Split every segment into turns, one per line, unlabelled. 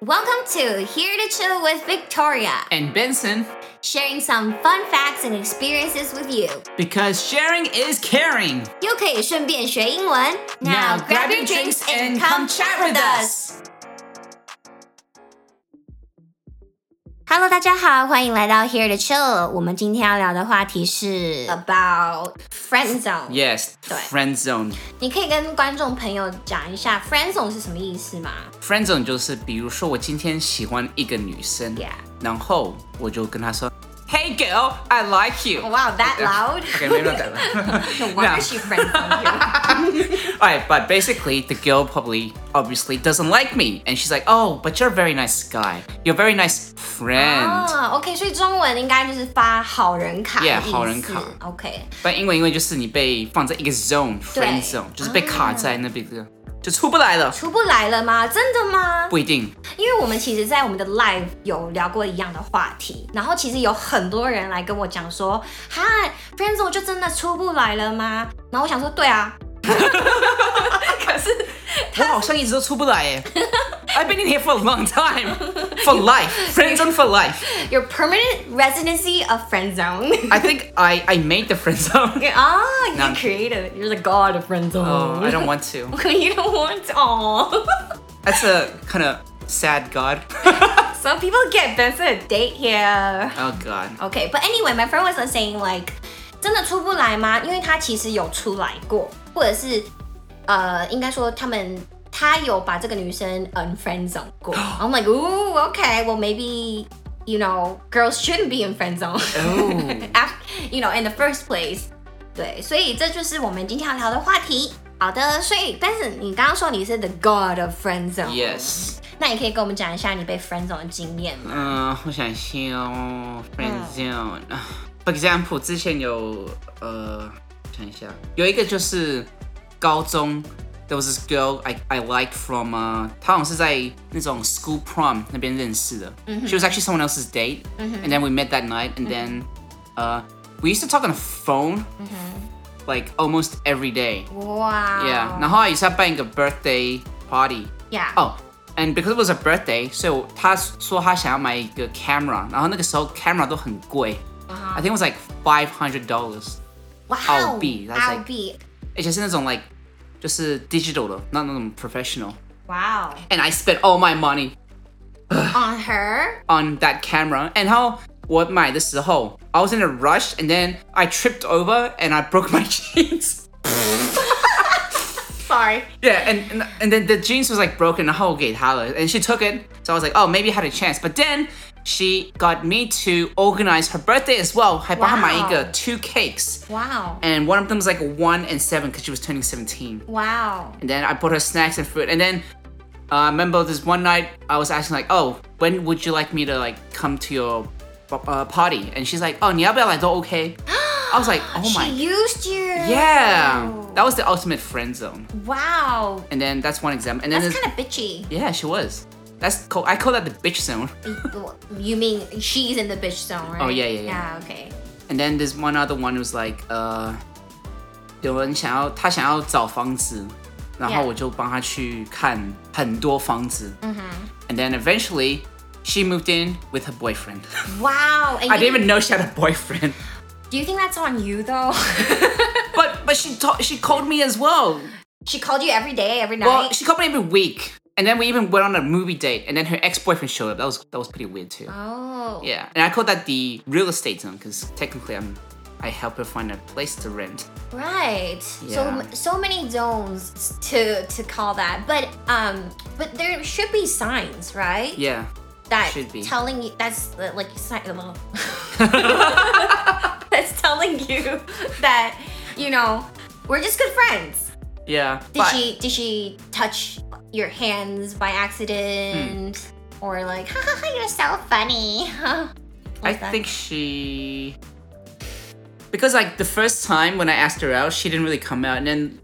Welcome to Here to Chill with Victoria,
and Benson
sharing some fun facts and experiences with you.
because sharing is caring.
又可以顺便学英文。
Now grab your drinks and come chat with us.
Hello，大家好，欢迎来到 Here to Chill。我们今天要聊的话题是 about friend zone。
Yes,
Right.
friend zone.
你可以跟观众朋友讲一下 friend zone 是什么意思吗
Friend zone 就是，比如说我今天喜欢一个女生
Yeah.
然后我就跟她说，Hey girl, I like you.
Wow, that loud.
Okay, maybe not that loud.
Why
Oh, No.
is she friend zone?
Alright, but basically, the girl probably obviously doesn't like me, and she's like, "Oh, but you're a very nice guy. You're a very nice friend."
啊，OK，所以中文应该就是发好人卡的
Yeah，
Ah, 意思
好人卡
OK，
但英文因为就是你被放在一个 zone friend zone，就是被卡在那边的，就出不来了。
出不来了吗？真的吗？
不一定，
因为我们其实，在我们的 live 有聊过一样的话题，然后其实有很多人来跟我讲说，哈，friend zone 就真的出不来了吗？然后我想说，对啊，可是
我好像一直都出不来耶。I've been in here for a long time, for life, friend zone for life.
your permanent residency of friend zone，
I think I I made the friend zone.
啊、y o u
No.
created, you're the god of friend zone.
Oh, I don't want to.
you don't want oh. all.
That's a kind of sad god.
Some people get Benson a date here.
Oh god.
Okay, but anyway, my friend was just saying like，真的出不来吗？因为他其实有出来过，或者是呃，应该说他们他有把这个女生 unfriend zone 过。I'm like, ooh, okay, well maybe you know girls shouldn't be in friend zone.
Oh.
Af- you know, in the first place. 对，所以这就是我们今天要聊的话题。好的，所以 Benson，你刚刚说你是 the god of friend zone。
Yes.
那你可以跟我们讲一下你被 friend zone 的经验吗？
嗯，我想先哦，friend zone。For example，之前有呃，想一下，有一个就是高中，there was this girl I I like from 啊、她好像是在那种 school prom 那边认识的。She was actually someone else's date, and then we met that night, and then 呃、we used to talk on the phone like almost every day.
哇
Yeah，然后她有一次她办一个 birthday party。
呀，
哦、oh,，and Oh, because it was a birthday，所以我他说他想要买一个 camera，然后那个时候 camera 都很贵、i think it was like five hundred dollars，
哇哦，
澳币，that's like-
澳币，
而且是那种 like 就是 digital 的，那那种 professional，and
哇哦
I spent all my money
，on her，
on that camera，然后我买的时候 I was in a rush，and then I tripped over and I broke my jeans。
sorry，
Yeah, and, and and then the jeans was like broken, the whole gate hollow, and she took it. So I was like, oh, maybe I had a chance. But then she got me to organize her birthday as well. I bought
Wow.
her two cakes,
哇哦，
and one of them was like one and seven because she was turning seventeen.
哇哦，
And then I bought her snacks and fruit. And then uh, I remember this one night I was asking like, oh, when would you like me to like come to your uh, party? And she's like, oh, 你要不要来都 okay. I was like, oh my,
she used you，
yeah, that was the ultimate friend zone.
wow
And then that's one example. And then
that's
there's-
kind of bitchy.
Yeah, she was. That's called. I call that the bitch zone.
You mean she's in the bitch zone, right?
Oh, yeah, yeah, yeah.
Yeah, okay.
And then there's one other one who's like, uh, 有人想要他想要找房子，然后
Yeah.
我就帮他去看很多房子。嗯哼。And then eventually, she moved in with her boyfriend.
Wow. And you,
I didn't even know she had a boyfriend.
do you think that's on you though?
But but she ta- she called me as well.
she called you every day, every night.
Well, she called me every week. And then we even went on a movie date. And then her ex boyfriend showed up. That was that was pretty weird too.
oh.
Yeah, and I call that the real estate zone because technically I'm, I help her find a place to rent.
Right.
Yeah.
So so many zones to to call that, but um, but there should be signs, right?
Yeah,
that
should be.
telling you that's uh, like sign. that's telling you that you know we're just good friends.
yeah.
Did she did she touch your hands by accident
Hmm.
or like ha ha ha you're so funny?
I
Like that?
think she, because like the first time when I asked her out, she didn't really come out, and then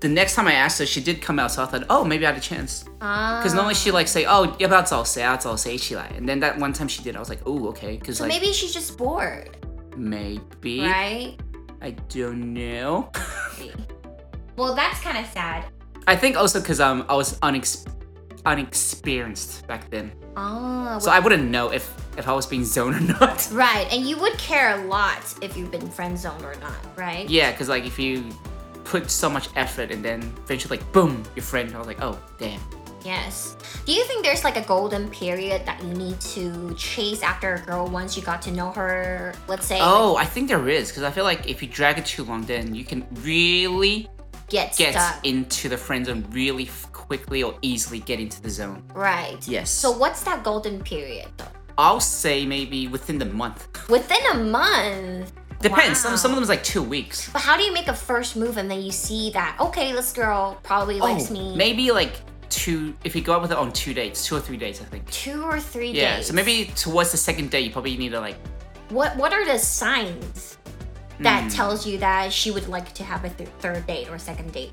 the next time I asked her, she did come out. So I thought, oh, maybe I had a chance.
Ah,
Because normally she like say, oh, yeah, that's all say, that's all say, she like. And then that one time she did, I was like, oh, okay, because
so
like
maybe she's just bored,
maybe
right?
I don't know.
Well, that's kind of sad.
I think also because um I was unex unexperienced back then.
哦、
So I wouldn't know if if I was being zoned or not.
Ah, Right, and you would care a lot if you've been friend zoned or not, right?
Yeah, because like if you put so much effort and then eventually like boom, your friend. I was like, oh damn.
Yes. Do you think there's like a golden period that you need to chase after a girl once you got to know her? Let's say
Oh, I think there is because I feel like if you drag it too long, then you can really
get,
get
stuck.
into the friend zone really f- quickly or easily get into the zone.
Right.
Yes.
So what's that golden period though?
I'll say maybe within the month.
Within a month.
Depends.
Wow.
Some some of them is like two weeks.
But how do you make a first move and then you see that okay, this girl probably
Oh,
likes me
Maybe like two. If you go out with it on two dates, two or three dates, I think.
two or three
Yeah.
days?
So maybe towards the second day, you probably need to like.
what what are the signs
Hmm.
that tells you that she would like to have a th- third date or second date?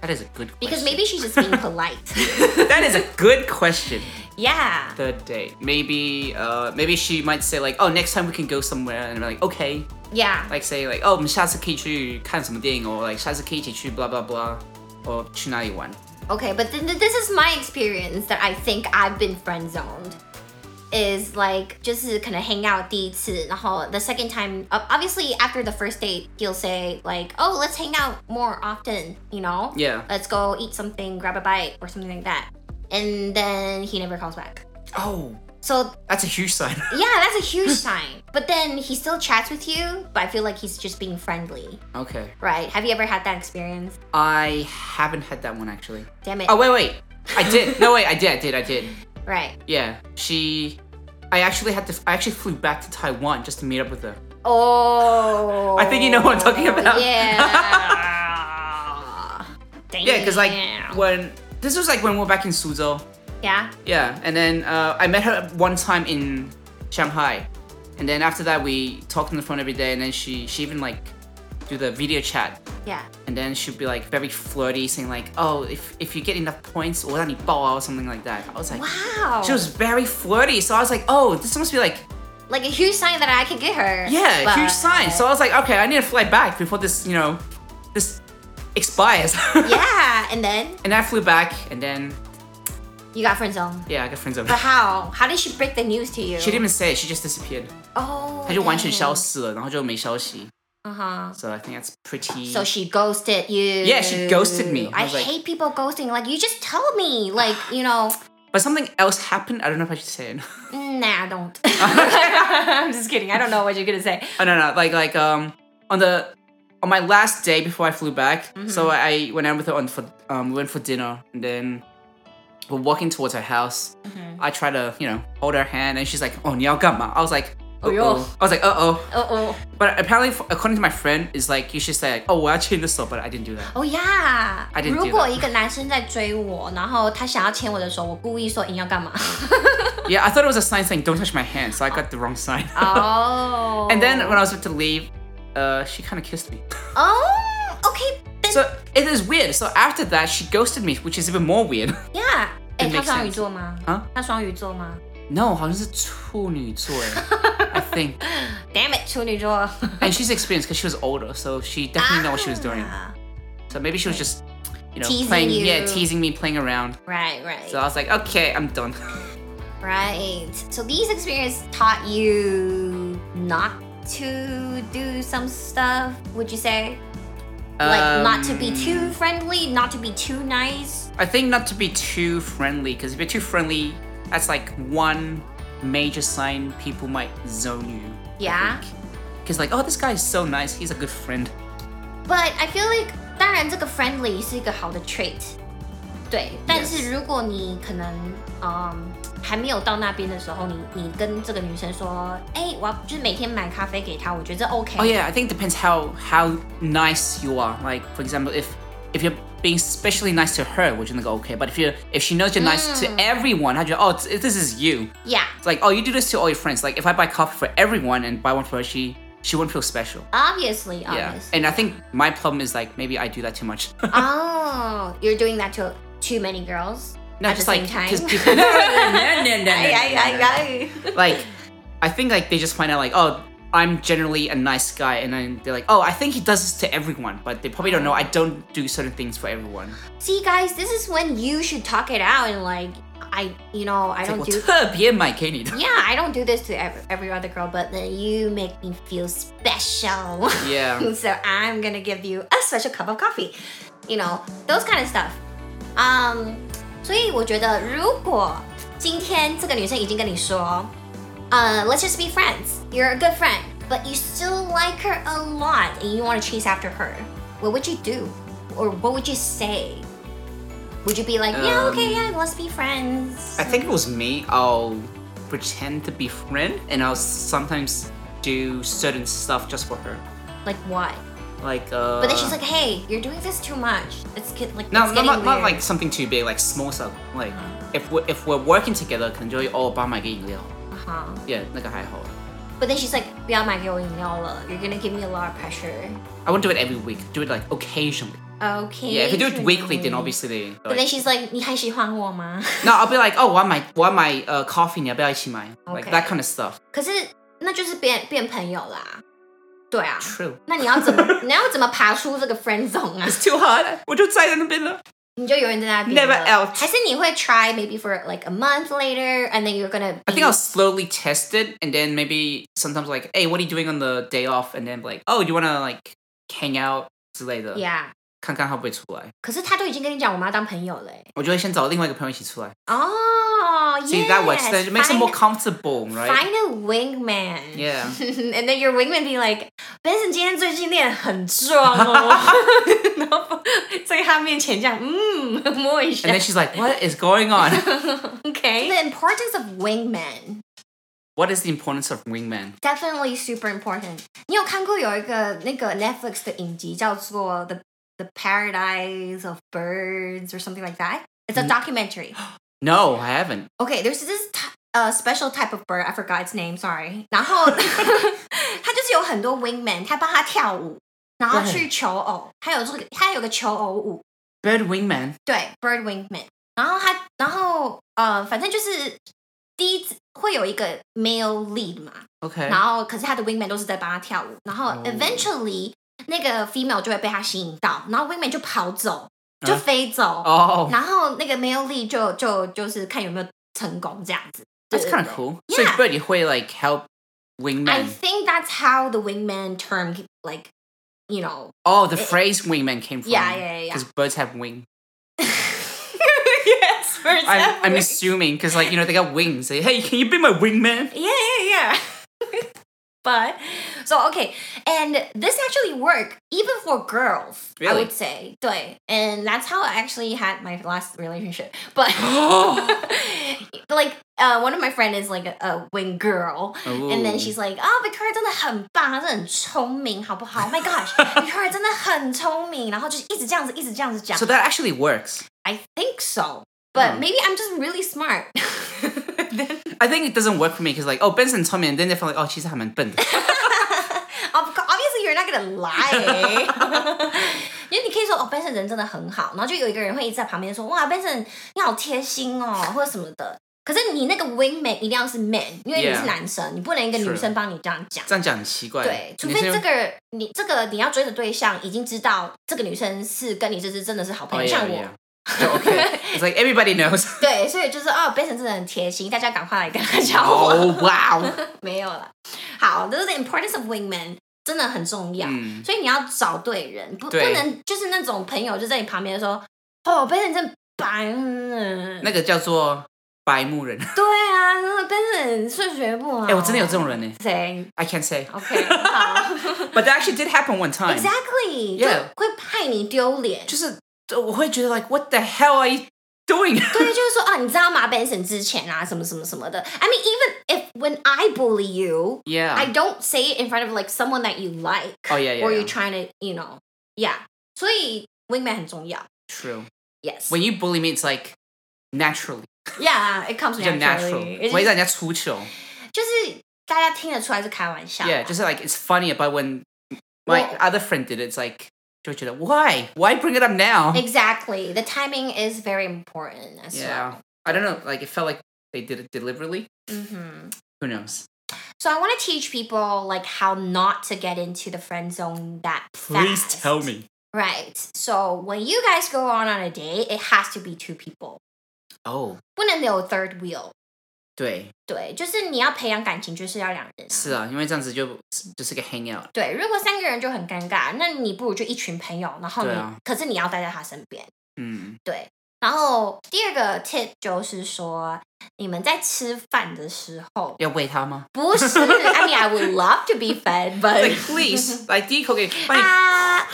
That is a good. Question.
Because maybe she's just being polite.
that is a good question.
yeah.
Third date. Maybe uh maybe she might say like, oh, next time we can go somewhere, and I'm like, okay.
Yeah.
Like say like, oh, 我们下次可以去看什么电影 or like 下次可以一起去 blah blah blah or 去哪里玩.
Okay, but th- th- this is my experience that I think I've been friend zoned. Is like just kind of hang out 第一次，然后 the second time ob- obviously after the first date he'll say like oh let's hang out more often you know
Yeah.
let's go eat something grab a bite or something like that and then he never calls back
Oh,
so
that's a huge sign.
yeah that's a huge sign but then he still chats with you but I feel like he's just being friendly
okay.
right have you ever had that experience
I haven't had that one actually.
damn it
Oh wait wait. I did. No wait, I did. I did. I did.
right
Yeah, she. I actually had to. I actually flew back to Taiwan just to meet up with her.
Oh.
I think you know what I'm talking about.
Yeah.
Yeah, because like
Damn.
when this was like when we were back in Suzhou.
Yeah.
Yeah, and then uh, I met her one time in Shanghai, and then after that we talked on the phone every day, and then she she even like do the video chat.
Yeah.
And then she'd be like very flirty, saying like, "Oh, if, if you get enough points, or any ball or something like that." I was like,
Wow.
she was very flirty, so I was like, "Oh, this must be like
like a huge sign that I could get her.
Yeah,
but-
huge sign. So I was like, okay, I need to fly back before this, you know, this expires.
yeah, and then
And I flew back, and then
you got friend zone.
yeah, I got friends over.
But how? How did she break the news to you?
She didn't even say it. She just disappeared.
Oh.
她就完全消失了，然后就没消息。
Uh huh.
So I think that's pretty.
So she ghosted you.
Yeah, she ghosted me. I
I,
was like-
hate people ghosting. Like you just tell me. Like you know.
but something else happened. I don't know if I should say it.
Nah, I don't. I'm just kidding. I don't know what you're gonna say.
I don't know. Like like um on the on my last day before I flew back.
Mm-hmm.
So I went out with her on for um we went for dinner, and then we're walking towards her house.
Mm-hmm.
I try to you know hold her hand, and she's like, "Oh, 你要干嘛?" I was like. Uh
哎呦
oh. I was like, uh oh.
Uh oh.
But apparently, f- according to my friend, is like you should say like, oh, 我要牵你的手, but I didn't do that.
哦呀
I！didn't do
，Oh 如果一个男生在追我，然后他想要牵我的手，我故意说你要干嘛？
Yeah, I thought it was a sign saying don't touch my hand, so I got the wrong sign.
Oh. 哦。
Oh。 and then when I was about to leave, uh, she kind of kissed me.
哦，OK，但
So it is weird. So after that, she ghosted me, which is even more weird.
yeah，哎，
It
他
makes
双鱼座吗？
啊，
他双鱼座吗
No, 好像是处女座耶，I think.
？Damn it，处女 座。
And she's experienced because she was older, so she definitely know what she was doing.
啊
So maybe she was just, you know,
Ah. Teasing
playing, yeah,
you.
teasing me, playing around.
Right, right.
So I was like, okay, I'm done.
Right. So these experiences taught you not to do some stuff, would you say? Like not to be
Um,
too friendly, not to be too nice.
I think not to be too friendly, because if you're too friendly, that's like one major sign people might zone you.
Yeah.
Because like, oh, this guy is so nice. He's a good friend.
But I feel like 当然这个 friendly 是一个好的 trait，对。但是如果你可能嗯还没有到那边的时候，你你跟这个女生说，哎、我要就是每天买咖啡给她，我觉得这 OK。
Oh yeah, I think it depends how how nice you are. Like for example, if if you're being especially nice to her, which is go okay. But if you if she knows you're nice
Mm.
to everyone, how do you? Oh, it's, this is you.
Yeah.
It's like oh, you do this to all your friends. Like if I buy coffee for everyone and buy one for her, she she won't feel special.
Obviously,
Yeah,
obviously.
and I think my problem is like maybe I do that too much.
oh, you're doing that to too many girls
No,
at
just
the
like
same time.
because people. no, no, no, no, no, no, no, no, no.
Ay, ay, ay, ay.
Like, I think like they just find out like, oh, I'm generally a nice guy, and then they're like, oh, I think he does this to everyone, but they probably don't know I don't do certain things for everyone.
See, guys, this is when you should talk it out and like, I, you know, I don't do.
我特别买给你的。
Yeah, I don't do this to every, every other girl, but then you make me feel special.
Yeah.
so I'm gonna give you a special cup of coffee. You know, those kind of stuff. Um, 所以我觉得，如果今天这个女生已经跟你说，呃、l e t s just be friends. You're a good friend, but you still like her a lot, and you want to chase after her. What would you do, or what would you say? Would you be like, yeah, okay, yeah, let's be friends?
Um, I think if it was me, I'll pretend to be friend, and I'll sometimes do certain stuff just for her.
Like what?
Like, uh.
But then she's like, hey, you're doing this too much. It's get, like
No,
it's
no,
getting
not, not
weird."
like something too big, like small stuff. Like, if we're, if we're working together, 可能就会哦，帮买个饮料。
Uh-huh.
Yeah, 那个还好。
But then she's like, 不要买给我饮料了 You're gonna give me a lot of pressure.
I won't do it every week. Do it like occasionally.
Okay.
Yeah, if you do it
interesting.
weekly, then obviously they.
But then
Like,
she's like, 你还喜欢我吗？
no, I'll be like, oh, want my want my uh, coffee? 你要不要一起买? Like
Okay.
that kind of stuff.
可是那就是变变朋友啦。对啊。
True.
那你要怎么-你要怎么爬出这个 friend zone
It's too hard. 我就在那边了。
啊？你就永远在那边
Never
了。
out.
还是你会 try maybe for like a month later and then you're gonna
I think I'll slowly test it, and then maybe sometimes like, hey, what are you doing on the day off? And then like, oh, you wanna like hang out 之类的
Yeah.
看看他会不会出来。我就会先找另外一个朋友一起
可是他都已经跟你讲我们要当朋友了欸。
出来。Oh, See that works. That makes it more
yes，find-
comfortable, right?
Find a wingman.
Yeah.
and then your wingman be like, Benson 今天最近练很壮哦， 然后在他面前这样，嗯， 摸一下
And then。she's like, what is going on?
Okay. The importance of wingman
what is the importance of wingman?
definitely super important. 你有看过有一个那个 Netflix 的影集叫做 The The Paradise of Birds or something like that? It's a
Mm.
documentary.
No, I haven't.
Okay, there's this t- uh, special type of bird. I forgot its name. Sorry. 然后 它就是有很多 wingman，他帮它跳舞，然后
对
去求偶，还有这个它有个求偶舞，
Bird wingman.
对，bird wingman。然后它，然后呃，反正就是第一次会有一个 male lead 嘛，
Okay.
然后可是他的 wingman 都是在帮他跳舞，然后
哦
eventually、那个 female 就会被他吸引到，然后 wingman 就跑走，就
啊
飞走。
Oh,
然后那个 male lead 就就就是看有没有成功这样子。对
that's kind of cool.
Yeah.
So Birdie Hui like help
I
wingman.
think that's how the wingman term, like, you know.
oh, the
it-
phrase wingman came from.
Yeah, yeah, yeah.
Because birds have wing.
yes, for
I'm, I'm
example.
assuming because like you know they got wings. They, hey, can you be my wingman?
Yeah, yeah, yeah. but so okay, and this actually worked even for girls. I
Really?
would say, 对, and that's how I actually had my last relationship. But
oh.
like, uh, one of my friend is like a, a wing girl, And then she's like, oh, Victoria 真的很棒，她真的很聪明，好不好？Oh my gosh，Victoria 真的很聪明，然后就是一直这样子，一直这样子讲。
So that actually works.
I think so, but
Hmm.
maybe I'm just really smart. Then-
I think it doesn't work for me because like oh Benson told me and then they felt like oh she's a man Benson.
Of course- Obviously, you're not gonna lie. 因为你可以说哦，Benson 人真的很好，然后就有一个人会一直在旁边说哇，Benson 你好贴心哦，或者什么的。可是你那个 wingman 一定要是 man，因为你
Yeah.
是男生你不能一个女
True.
生帮你这样讲。
这样讲很奇怪。
对，除非
你是-
这个你这个你要追的对象已经知道这个女生是跟你这是真的是好朋
Oh,
友，
yeah,
像我
yeah. Oh, Okay. It's like everybody knows.
对，所以就是哦，变成真的很贴心，大家赶快来跟他交往。
Oh wow.
没有了，好，这是 the importance of wingman 真的很重要，
嗯
所以你要找对人，不不
对
能就是那种朋友就在你旁边说哦，变成真白，嗯
那个叫做白目人。
对啊，那个变成数学不好，
哎，我真的有这种人呢。
谁
I can't say.
？OK，好
But that actually did happen one time.
，Exactly，就
哎 Yeah
会害你丢脸。
就是我会觉得 like what the hell are you doing?
对，就是说啊，你知道吗？Benson 之前啊，什么什么什么的。I mean, even if when I bully you,
Yeah.
I don't say it in front of like someone that you like
oh yeah, yeah.
or
yeah.
you trying to, you know, yeah. 所以 wingman 很重要。
True.
Yes.
When you bully me, it's like naturally.
yeah, it comes
It's just natural.
naturally. It's just-
我会让人家出糗。
就是大家听得出来是开玩笑啊。
Yeah, just like it's funny, but when my
Well-
other friend did it, it's like 就会觉得 why why bring it up now?
Exactly. The timing is very important as
Yeah. I don't know. Like it felt like they did it deliberately.
well. Mm-hmm.
Who knows?
So I want to teach people like how not to get into the friend zone that
Please
fast.
tell me.
Right. So when you guys go on on a date, it has to be two people.
哦，
不能有 third wheel。
对，
对，就是你要培养感情，就是要两人、啊。
是啊，因为这样子就就是个 hang out。
对，如果三个人就很尴尬，那你不如就一群朋友，然后你，
对啊
可是你要待在他身边。
嗯，
对，然后第二个 tip 就是说，你们在吃饭的时 候，
要喂它吗？
不是，I mean I would love to be fed，but
Like please，来第一口给，帮你
啊，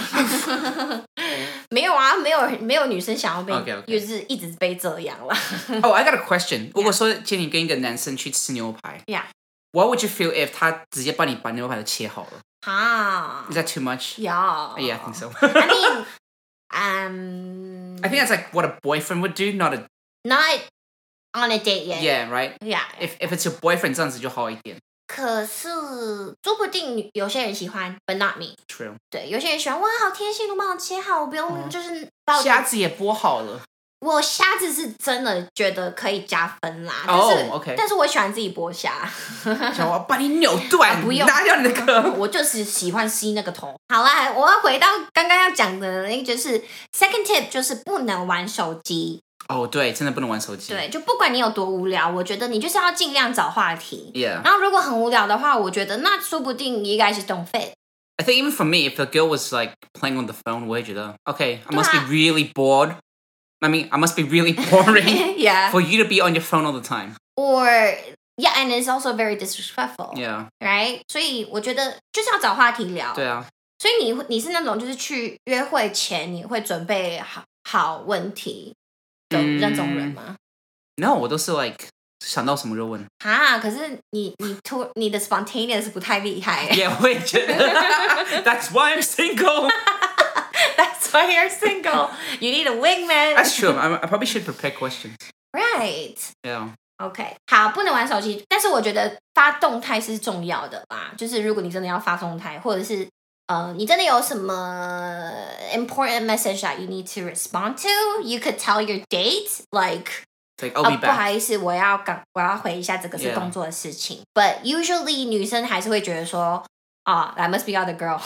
没有啊，没有没有女生想要被
OK，OK
就是一直被这样了。
Oh, I got a question. 如果说今天你跟一个男生去吃牛排
Yeah
，What would you feel if 他直接帮你把牛排都切好了
啊
？Is，that too much?
有
Yeah, I think so.
I mean, um,
I think that's like what a boyfriend would do, not a
not on a date yet.
yeah, right?
Yeah.
If if it's your boyfriend，这样子就好一点。
可是说不定女有些人喜欢，but not me。
True，
对，有些人喜欢，哇，好贴心，都帮我切好，我不用、
嗯
就是把我
虾子也剥好了。
我虾子是真的觉得可以加分啦，但是、
哦，OK
但是我喜欢自己剥虾，
想我要把你扭断，
啊不用
拿掉你的 壳。
我就是喜欢吸那个头。好啦，我要回到刚刚要讲的那个，就是 second tip，就是不能玩手机。
哦，Oh, 对，真的不能玩手机。
对，就不管你有多无聊，我觉得你就是要尽量找话题。
，Yeah。
然后如果很无聊的话，我觉得那说不定你应该是 don't fit。
I think even for me, if the girl was like playing on the phone, 我会觉得 Okay, I must
对啊
be really bored. I mean, I must be really boring
yeah.
for you to be on your phone all the time.
Or yeah, and it's also very disrespectful,
Yeah.
right? 所以我觉得就是要找话题聊。
对啊，
所以你会你是那种就是去约会前你会准备好好问题的
嗯
那种人吗？
No，我都是 like 想到什么就问。
啊，可是你你突你的 spontaneous 不太厉害耶
也会觉得 That's why I'm single.
That's why you're single. You need a wingman.
That's true. I'm, I probably should prepare questions.
Right.
Yeah.
OK，好，不能玩手机，但是我觉得发动态是重要的啦。就是如果你真的要发动态，或者是呃，你真的有什么 important message that you need to respond to, you could tell your date like 哦
It's like I'll be
不
back.
好意思，我要赶，我要回一下这个是
Yeah.
工作的事情。But usually 女生还是会觉得说，啊、t h a t must be other girl 。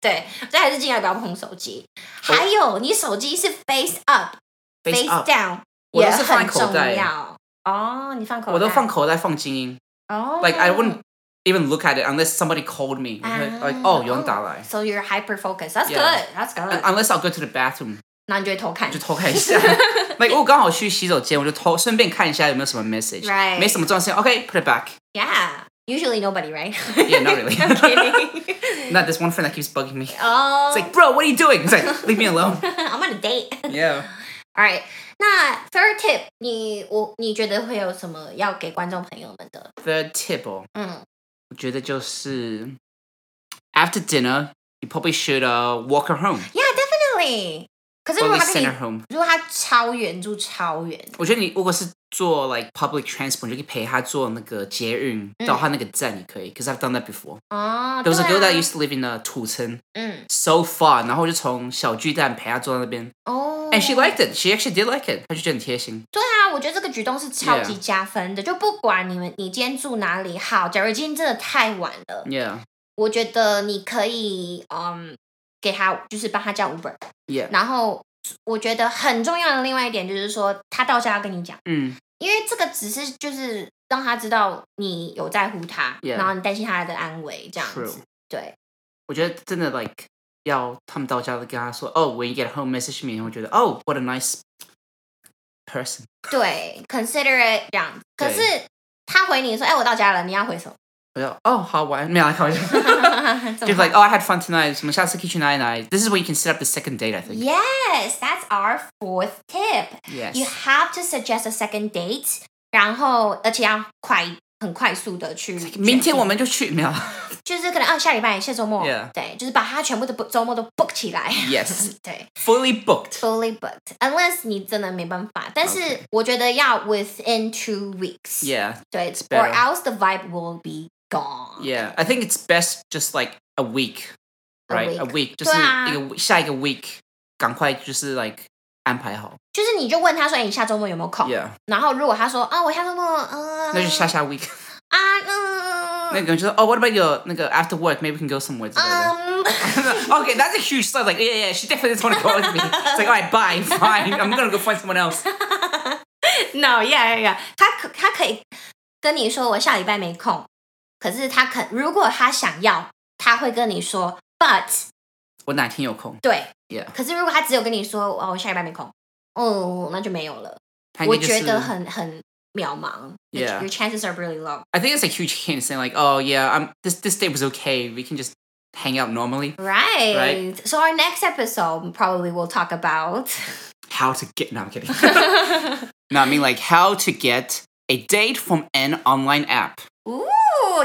对，所以还是尽量不要碰手机。
我
还有，你手机是 face up,
Face up.
down
我
也
都是放
很
口
重
袋
要。哦，你放口袋，
我都放口袋放精英。
哦。
Like I wouldn't even look at it unless somebody called me. 我会 Like
啊
哦，有人打来。
So you're hyper focused. That's
Yeah. Uh,
good. That's good.
Unless I'll go to the bathroom，
那你就会偷看
就。偷看 一下。like 我刚好去洗手间，我就偷顺便看一下有没有什么 message。
Right.
没什么重要事情。Okay, put it back.
Yeah. Usually nobody, right?
Yeah, not really.
I'm kidding.
Not this one friend that keeps bugging me.
Oh.
It's like, bro, what are you doing? It's like, leave me alone.
I'm on a date.
Yeah.
All right. 那 third tip，你我你觉得会有什么要给观众朋友们的？
Third tip 哦，
嗯
我觉得就是 after dinner you probably should uh walk her home
，Yeah, definitely. 可是
or
如
at
果他
least
跟
send
你
her home
如果他超远住超远，
我觉得你如果是坐 like public transport 你就可以陪她坐那个捷运到她那个站也可以，because I've done that before.
哦，
There was a girl that
对啊
used to live in uh 土城
嗯
so far，然后我就从小巨蛋陪她坐到那边，
哦
and she liked it. She actually did like it. 她就觉得很贴心。
对啊，我觉得这个举动是超级加分的就不管你们你今天住哪里，好，假如今天真的太晚了，
Yeah,
我觉得你可以嗯给他就是帮他叫 Uber，
yeah.
然后我觉得很重要的另外一点就是说他到家要跟你讲。
嗯，
因为这个只是就是让他知道你有在乎他
Yeah.
然后你担心他的安危这样子。
True.
对，
我觉得真的 like 要他们到家都跟她说，Oh, when you get home, message me. 我觉得，Oh, what a nice person.
对，considerate 这样子。可
对
是他回你说：“哎、我到家了，你要回什么
oh, 我就哦，好玩，没有开玩笑。
怎
Just
么
like oh, I had fun tonight. 什么下次可以去哪里哪里。This is where you can set up the second date. I think.
Yes, that's our fourth tip. You
Yes.
have to suggest a second date，然后而且要快。很快速的去决定，
明天我们就去没有
就是可能啊，下礼拜下周末
Yeah.
对，就是把他全部的 book- 周末都 book 起来。
Yes.
对，
Fully booked.
fully booked unless 你真的没办法，但是
Okay.
我觉得要 within two weeks，、
Yeah.
对
it's
，or
better.
else the vibe will be gone。
Yeah. I think it's best just like a week,
A
right? A
week.
week.
对啊。
就是一个下一个 week，赶快就是 like 安排好。
就是你就问他说，哎、你下周末有没有空
Yeah.
然后如果他说，啊，我下周末，嗯、
那就下下 week.
啊， 嗯，
那个人就说，Oh, what about your 那个 after work? Maybe we can go somewhere 之类的。
嗯，
okay, that's a huge start. Like, yeah, yeah, she definitely doesn't want to go with me. It's like, all right, bye, fine. I'm gonna go find someone else.
No, yeah, yeah, yeah. 他可他可以跟你说我下礼拜没空，可是他肯如果他想要，他会跟你说 but
我哪天有空？
对
Yeah
可是如果他只有跟你说哦我下礼拜没空，哦那就没有了。
他应
我
该就是
觉得很很渺茫
Yeah
Your chances are really low.
I think it's a huge hint saying like, oh yeah, um, this this day was okay. We can just hang out normally.
Right. So our next episode probably we'll talk about.
How to get? No, I'm kidding. no, I mean like how to get a date from an online app.
Ooh,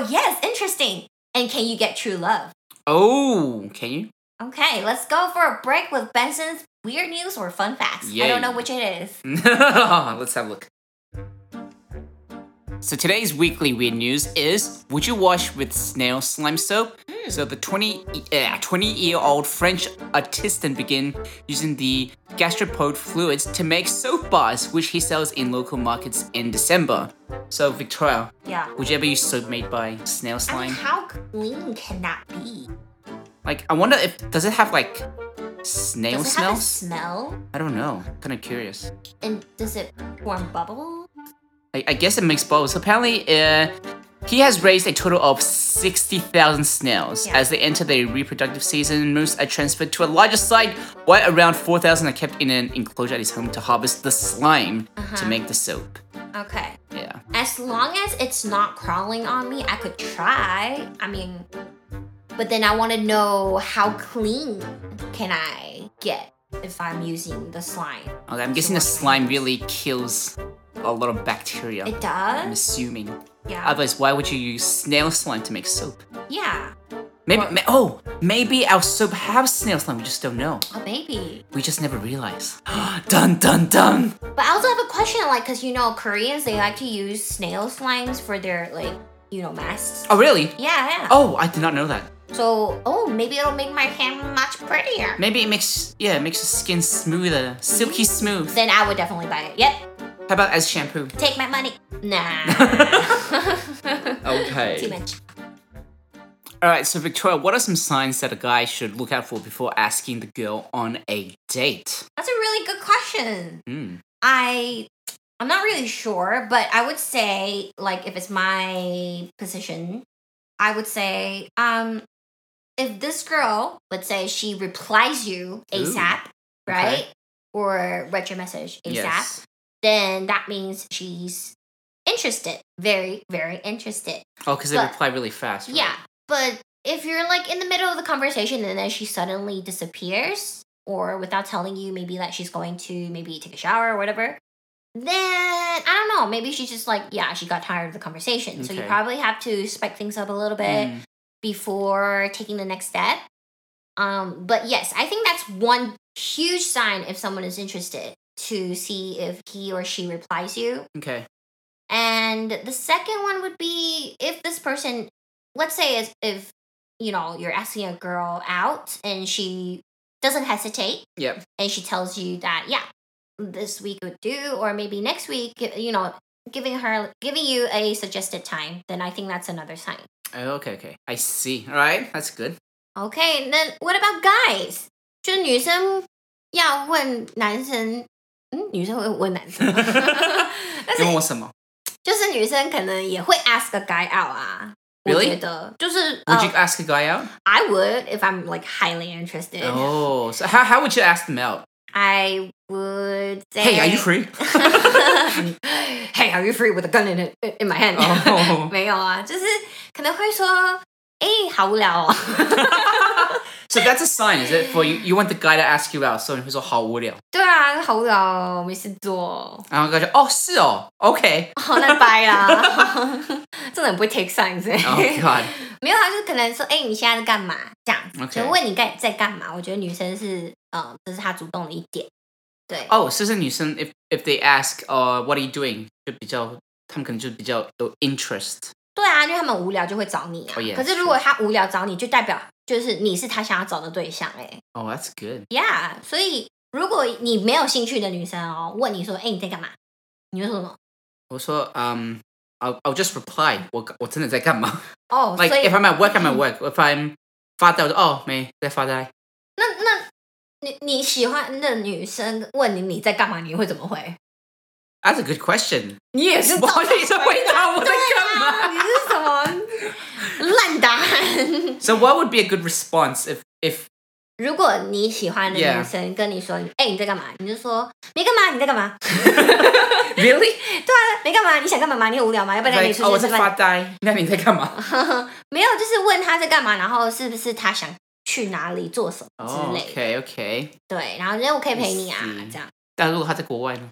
yes, interesting. And can you get true love?
Oh, can you?
Okay, let's go for a break with Benson's weird news or fun facts. I
Yay.
don't know which it is.
Let's have a look. So today's weekly weird news is: Would you wash with snail slime soap?
Hmm.
So the 20 yeah, 20 year old French artisan began using the gastropod fluids to make soap bars, which he sells in local markets in December. So Victoria,
Yeah.
would you ever use soap made by
I
snail
mean,
slime?
how clean can that be?
Like, I wonder if does it have like snail
Does it have a
smells?
smell?
I don't know. Kind of curious.
And does it form bubbles?
I, I guess it makes both. So apparently, uh, he has raised a total of 60,000 snails.
Yeah.
As they enter their reproductive season, moose are transferred to a larger site, while around 4,000 are kept in an enclosure at his home to harvest the slime to
Uh-huh.
make the soap.
Okay.
Yeah.
As long as it's not crawling on me, I could try. I mean, but then I want to know how clean can I get if I'm using the slime.
Okay, I'm guessing the slime really kills a lot of bacteria.
It
I'm
does?
assuming.
Yeah.
Otherwise, why would you use snail slime to make soap?
Yeah.
Maybe, ma- oh, maybe our soap has snail slime. We just don't know.
Oh, maybe.
We just never realize. dun dun dun.
But I also have a question, like, cause you know Koreans they like to use snail slimes for their like, you know, masks.
Oh really?
Yeah, yeah.
Oh, I did not know that.
So, oh, maybe it'll make my hand much prettier.
Maybe it makes yeah, it makes your skin smoother, silky smooth.
Then I would definitely buy it. Yep,
How about as shampoo?
take my money. Nah. Too
Okay.
much.
All right. So Victoria, what are some signs that a guy should look out for before asking the girl on a date?
That's a really good question.
Hmm.
I I'm not really sure, but I would say like if it's my position, I would say um if this girl, let's say she replies you
Ooh,
ASAP,
okay.
right? Or read your message ASAP,
Yes.
then that means she's interested. Very, very interested.
Oh, because they
But-
reply really fast. right?
Yeah. But if you're like in the middle of the conversation and then she suddenly disappears or without telling you maybe that she's going to maybe take a shower or whatever, then I don't know, maybe she's just like, yeah, she got tired of the conversation. So you
Okay.
probably have to spike things up a little bit
Hmm.
before taking the next step. Um, but yes, I think that's one huge sign if someone is interested to see if he or she replies you
Okay.
and the second one would be if this person, let's say if, if you know, you're asking a girl out and she doesn't hesitate
Yep.
and she tells you that, yeah, this week would do or maybe next week, gi- you know, giving her giving you a suggested time, then I think that's another sign.
Oh, okay. Okay. I see. All right. That's good.
Okay, and then what about guys? 就女生要问男生，嗯，女生会问男生， 但是
你问我什么
就是女生可能也会 ask a guy out 啊。我
Really？
觉得就是呃、
？Would you ask a guy out?
I would if I'm like highly interested.
Oh, so how, how would you ask them out?
I would say.
Hey, are you free?
hey, are you free with a gun in it in my hand?
哦
没有啊，就是可能会说，哎、好无聊哦。
So that's a sign, is it? For you, you want the guy to ask you out. So he's like, 好无聊。
对啊，好无聊哦，没事做，
然后他就哦是哦，OK，
好难掰啊， 真的很不会 take signs 欸
Oh God.
没有，他就是可能说，哎、你现在在干嘛？这样子
OK
就问你干在干嘛。我觉得女生是，呃，这是她主动的一点。对，
Oh, 就是女生 if if they ask, uh, what are you doing? 就比较他们可能就比较有 interest.
对啊，因为他们无聊就会找你啊。
Oh, yeah,
可是
sure.
如果他无聊找你，就代表就是你是他想要找的对象、
Oh, that's good.
哎，Yeah。所以如果你没有兴趣的女生哦，问你说，哎、你在干嘛？你会说什么？
我说，um, I'll I'll just reply 我我真的在干嘛
哦，
？Like
所以
if I'm at work, I'm at work. If I'm 发呆，我就哦没在发呆。
那那你你喜欢的女生问你你在干嘛，你会怎么回？
That's a good question.
你也是
我
照
好
着
像一直回答我在干嘛。
啊，你是什么烂答案？
So what would be a good response if if
如果你喜欢的
Yeah.
女生跟你说，哎、你在干嘛？你就说没干嘛，你在干嘛？啊
really
没干嘛，你想干嘛嘛？你很无聊吗？要不然你
like
出
哦我
去
在
吃
发
饭？
呆，那你在干嘛？
没有，就是问他在干嘛，然后是不是他想去哪里做什么之类的。
OK OK，
对，然后人我可以陪你啊
I see，
这样。
但如果他在国外呢？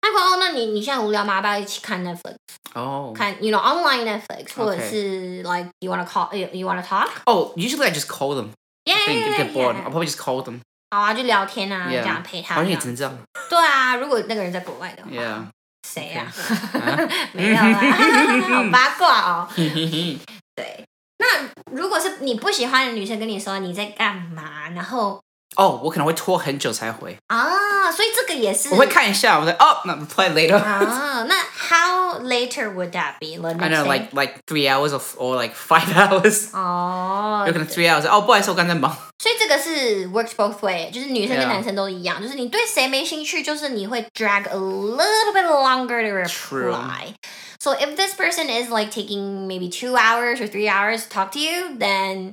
他说：“哦，那你你现在无聊吗？要不要一起看 Netflix？
哦、
看，you know online Netflix，或者
Okay
是 like you wanna call you you wanna talk？Yeah，
Oh, usually I just call them. I think I get bored. I'll probably just call them.
好啊，就聊天啊，
Yeah
这样陪他。
好像也
这
只
样
能这样。
对啊，如果那个人在国外的话
Yeah.
谁呀、
啊
没有啦， 好八卦哦。
嘿嘿嘿
对，那如果是你不喜欢的女生跟你说你在干嘛，然后
哦，我可能会拖很久才回，
啊，所以这个也是
我会看一下，我在哦，那 reply later。
啊。那 how later would that be？了
I
女
don't know,
生
like like three hours or or like five hours.
哦
有可能 three hours. 哦，不好意思，我刚才 忙。
所以这个是 works both way，就是女生跟
Yeah
男生都一样，就是你对谁没兴趣，就是你会 drag a little bit longer to
True.
reply. So if this person is like taking maybe two hours or three hours to talk to you, then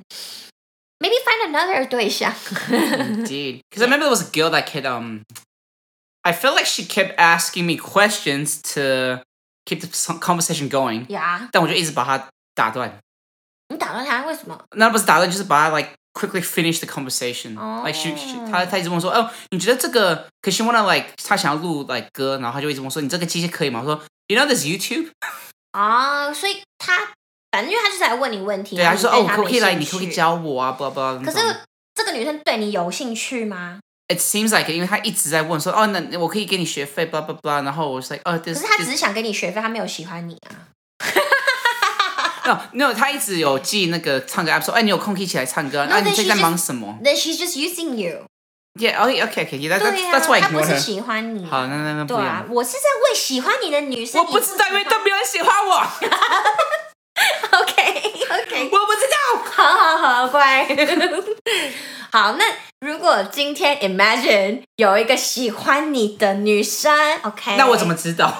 maybe find another 对 象。
Indeed, because Oh, I remember there was a girl that could um, I felt like she kept asking me questions to keep the s- conversation going.
呀，
但我就一直把她打断，
你打断他为什么？
那不是打断，就是把她 like quickly finish the conversation. Like she, she
Oh.
她她一直问我说，哦，oh, 你觉得这个？Cause she wanna like 她想要录 like 歌，然后她就一直问我说，你这个机器可以吗？我说，You know this YouTube？
啊，所以他反正因为他就是来问你问题，
对啊，
然
她
后
说
对
哦，
他
可不
没
可以来？
兴
你可不可以
趣
教我啊？blah blah。
可是这个女生对你有兴趣吗？
It seems like，因为她一直在问说，哦，那我可以给你学费，blah blah blah。然后我是 like，哦
可
，this
是他
this-
只是想给你学费，他没有喜欢你啊。
no no，他一直有寄那个唱歌 app 说，哎，你有空可以一起来唱歌，
No,
啊，你
then
最
she
近在
just-
忙什么
Then she's just using you。
？Yeah, okay, okay, okay. yeah, That,
对
that's
啊
that's why I
他
ignore
不是
her.
喜欢你。
好，那那那不
对啊
用。，
我是在为喜欢你的女生。
我不知道，因为都没有人喜欢 我，
OK
我
OK，
不知道。
好好好，乖。 好，那如果今天 Imagine 有一个喜欢你的女生，OK，
那我怎么？知道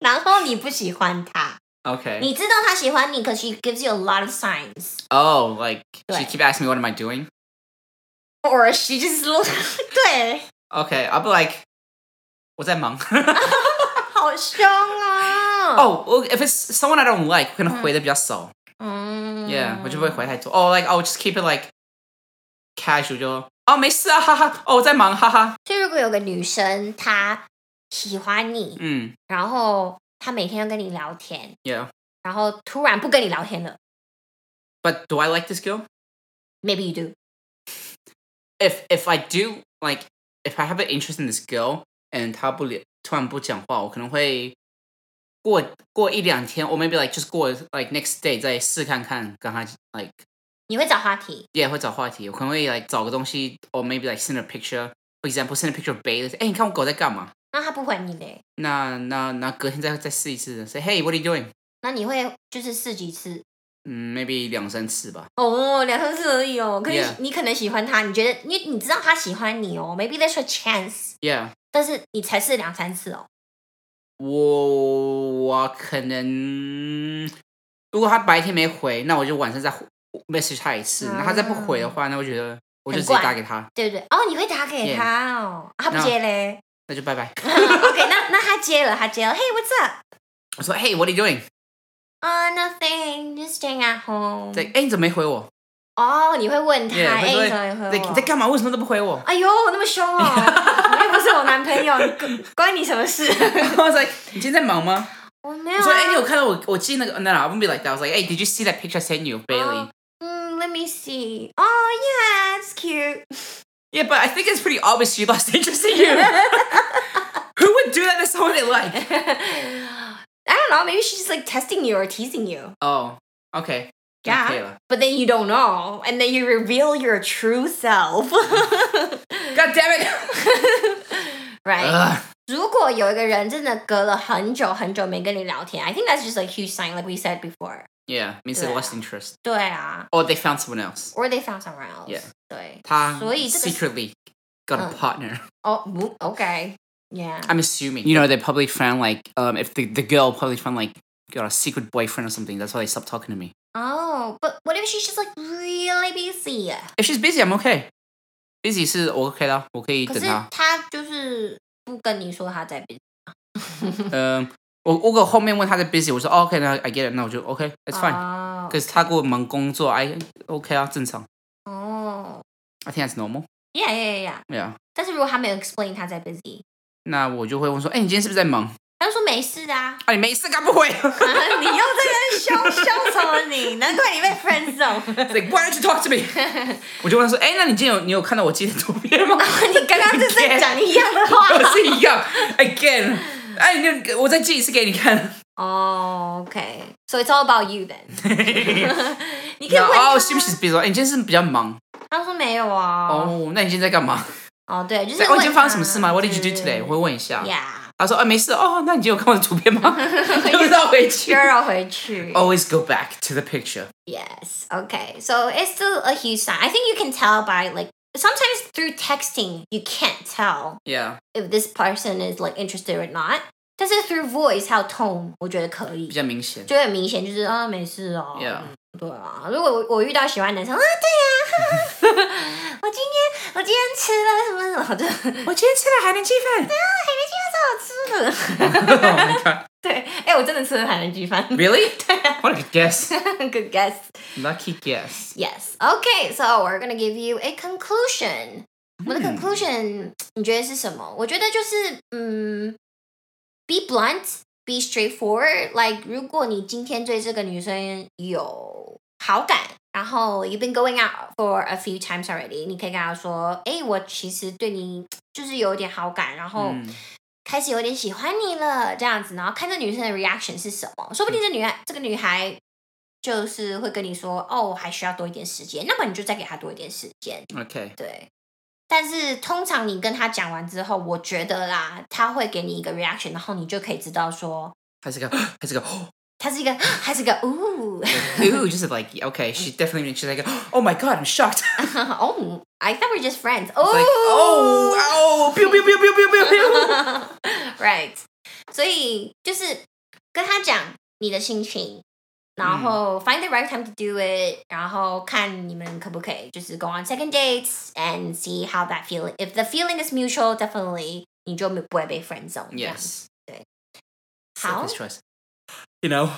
然后你不喜欢她，
？Okay.
你知道她喜欢你，可 she gives you a lot of signs。
Oh, like she
对
keep asking me what am I doing?
Or she just 对，
Okay, I'll be like, 我在 忙。
好凶啊！，
哦，我 Oh, if it's someone I don't like，我可能
嗯
回的比较少。
嗯
Yeah，我就不
Mm.
会回太多。哦，like Oh, I'll just keep it like casual，就 Oh, 哦没事啊，哈哈。哦我在忙，哈哈。
就如果有个女生她喜欢你，
嗯
然后她每天要跟你聊天，
Mm, ，Yeah。
然后突然不跟你聊天了
But do I like this girl?
，maybe you do。
if if I do like if I have an interest in this girl and 她不突然不讲话，我可能会过过一两天，or maybe like just 过 like next day 再试看看跟她 like
你会找话题
yeah 会找话题，我可能会 like 找个东西，or maybe like send a picture for example send a picture of Bailey，哎、欸、你看我狗在干嘛？那那那隔天再再试一次，say
那她不回你嘞，
hey what are you doing？
那你会就是试几次？
嗯，maybe 两三次吧。
哦，两三次而已哦。可是
Yeah
你可能喜欢她，你觉得你你知道她喜欢你哦，maybe that's a chance，
Yeah，
但是你才试两三次哦。
我我可能，如果他白天没回，那我就晚上再回 message 他一次。那、他再不回的话，那我觉得我就直接
啊怪
打给他，
对不对？哦，你会打给他哦，啊他不
No
接嘞。
那就拜拜。
OK，那那他接了，他接了。Hey, what's up?
我说，Hey, what are you doing？
啊、nothing, just staying at home.
对，哎，你怎么没回我？
哦，你会问他，
Yeah，
哎、
会
嗯你
说
怎么也回我？
对，你在干嘛？为什么都不回我
哎呦，那么凶哦！你又不是我男朋友，你关关你什么 事？
？I was like，你哎今天在忙吗？
我没有、
我
啊。
说，哎，你有看到我我寄那个？No, no, I wouldn't be like that. I was like, Hey, did you see that picture I sent you, Bailey?
嗯，Let me see. Oh yeah, it's cute.
Yeah, but I think it's pretty obvious you lost interest in you. Who would do that to someone they like?
I don't know. Maybe she's just like testing you or teasing you.
Oh, okay. 那可以
Yeah.
了。
But then you don't know, and then you reveal your true self.
God damn it.
right.
Ugh.
如果果有一个人真的隔了很久很久没跟你聊天，I think that's just a huge sign, like we said before.
Yeah, means they
Yeah.
lost interest.
对啊
Or they found someone else.
，or they found someone else.
Yeah.
对，
他
所以这个
secretly got a
嗯
partner.
哦、嗯 o k y e a h
I'm assuming. You know, they probably found like um if the, the girl probably found like got a secret boyfriend or something, that's why they stopped talking to me.
Oh, but what if she's just like really busy？
If she's busy, I'm okay. Busy 是我 OK 的，我可以
可
等
是
她。
她就是不跟你说她在 busy。
嗯，我我如果后面问她在 busy，我说哦 OK，那 "Oh, I get it，那我就 OK，that's
Ah.
fine。
哦
可是她给我忙工作，I OK 啊，正常。
哦
I think that's
Oh.
normal。
，Yeah Yeah Yeah。
Yeah，
但是如果她没有 explain 她在 busy，
那我就会问说，哎、你今天是不是在忙？
她就说没事 啊。
啊，你没事干不回
你又在那边凶凶什么你？难怪你被 friend zone。
？Like why don't you talk to me？我就问她说，哎、那你今天有你有看到我寄的图片 吗？
你刚刚就是在讲一样的话。
又是一样，again。哎，那我再寄一次给你看。
哦、o k Oh, so it's all about you then 。你可以
然
问
后
他
哦，是不是？比如说，哎，你今天是不是比较忙？
他说没有啊。哦、
哦，那你今天在干嘛？"Oh,
对，就是
对
问他。
哦，Oh. 你今天发生什么事吗？What did you do
对
today？我会问一下。
Yeah，
他说啊，没事哦，那你今天有看我的图片 吗？要不要回去
就绕回 去。
？Always go back to the picture.
Yes. Okay. So it's still a huge sign. I think you can tell by like sometimes through texting you can't tell
Yeah，
if this person is like interested or not. 但是 through voice 还有 tone，我觉得可以
比，较明显。
就会很明显就是啊没事哦。
Yeah
对啊，如果我我遇到喜欢的男生啊，对呀、啊，我今天 我今天吃了什么 啊什么的，
我今天吃了海南鸡饭。
海南鸡饭超好吃的。
Oh my god!
对，哎、我真的吃了海南鸡饭。 啊
Really? What a guess!
Good guess.
Lucky guess.
Yes. Okay, so we're gonna give you a conclusion. 我的 conclusion 你觉得是什么？我觉得就是嗯，be blunt, be straightforward. Like 如果你今天对这个女生有好感，然后 you've been going out for a few times already，你可以跟她说，哎，我其实对你就是有点好感，然后。
嗯
开始有点喜欢你了，这样子，然后看这女生的 reaction 是什么，说不定这女孩这个女孩就是会跟你说，哦，我还需要多一点时间，那么你就再给她多一点时间，
OK，
对。但是通常你跟她讲完之后，我觉得啦，她会给你一个 reaction，然后你就可以知道说，
还是个，还是个。
她是一个 还是一个 哦
Ooh, just like okay, she definitely she's like, oh my god, I'm shocked.
哦，I thought we r e just friends，
It's
哦
like, oh, ow, pew, pew, pew, pew, pew, pew, pew.
right，所以就是跟他讲你的心情，然后 find the right time to do it，然后看你们可不可以就是 go on second dates and see how that feeling. If the feeling is mutual, definitely 你就不会被 friend zone 这样。
Yes.
对。好
Selfish choice. You know.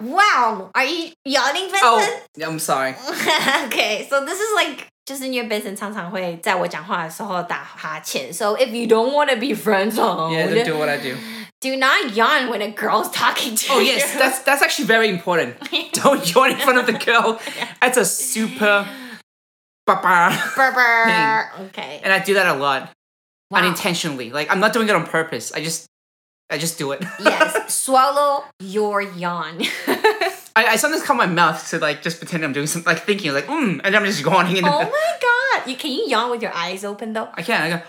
Wow, are you yawning, Vincent?
Oh, I'm sorry.
okay, so this is like. 就是因为 Benson 常常会在我讲话的时候打哈欠，so if you don't want to be friends on,
Yeah, don't do what I do.
do not yawn when a girl's talking to
Oh
you.
yes, that's that's actually very important. Don't yawn in front of the girl. That's a super papa.
Burr. Okay.
And I do that a lot.
Wow.
Unintentionally. Like I'm not doing it on purpose. I just I just do it.
yes. Swallow your yawn.
I, I sometimes call my mouth to like just pretend I'm doing something like thinking like mm and I'm just yawning in the
oh my god. You, can you yawn with your eyes open though?
I can't I go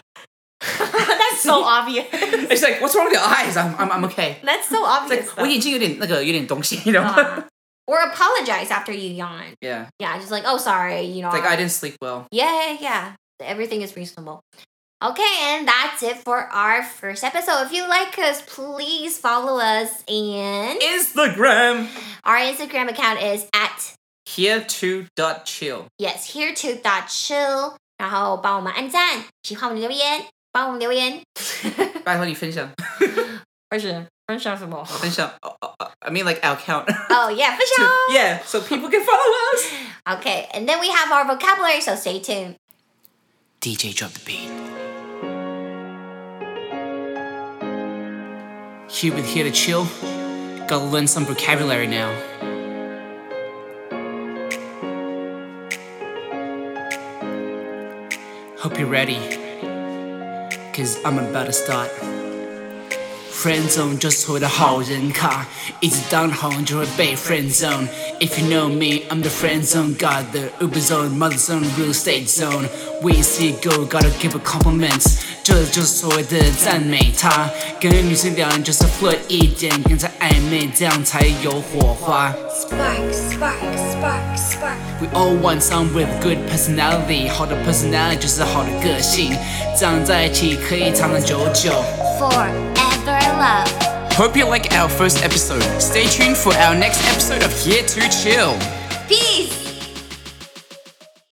That's so obvious.
It's like what's wrong with your eyes? I'm I'm, I'm okay.
That's so obvious.
It's like
though.
我眼睛有点那个有点东西，you know?
Uh, or apologize after you yawn.
yeah.
Yeah, just like, oh sorry, you know.
It's like I didn't sleep well.
Yeah, yeah, yeah. Everything is reasonable. Okay, and that's it for our first episode. If you like us, please follow us and
Instagram
our Instagram account is at
here to dot chill.
Yes, here to dot chill，然后帮我们按赞，喜欢我们留言，帮我们留言，
拜托你分享
而
分享。
且分享什么？哦、
Oh, oh, oh, I mean like our count.
Oh yeah，分
to-
享。
yeah, so people can follow us.
Okay, and then we have our vocabulary, so stay tuned.
DJ drop the beat. Here with here to chill. Gotta learn some vocabulary now. Hope you're ready. Cause I'm about to start. Friend zone 就是所谓的好人卡，一直当好人就会被 friend zone。If you know me, I'm the friend zone god, the Uber zone, mother zone, real estate zone. We see go, gotta give a compliment。这就是所谓的赞美他，跟女生聊天就是 flirt 一点，跟着暧昧，这样才有火花。
Spark, spark, spark, spark.
We all want some with good personality，好的 personality 就是好的个性，这样在一起可以长长久久。
Forever love.
Hope you like our first episode. Stay tuned for our next episode of Here to Chill.
Peace.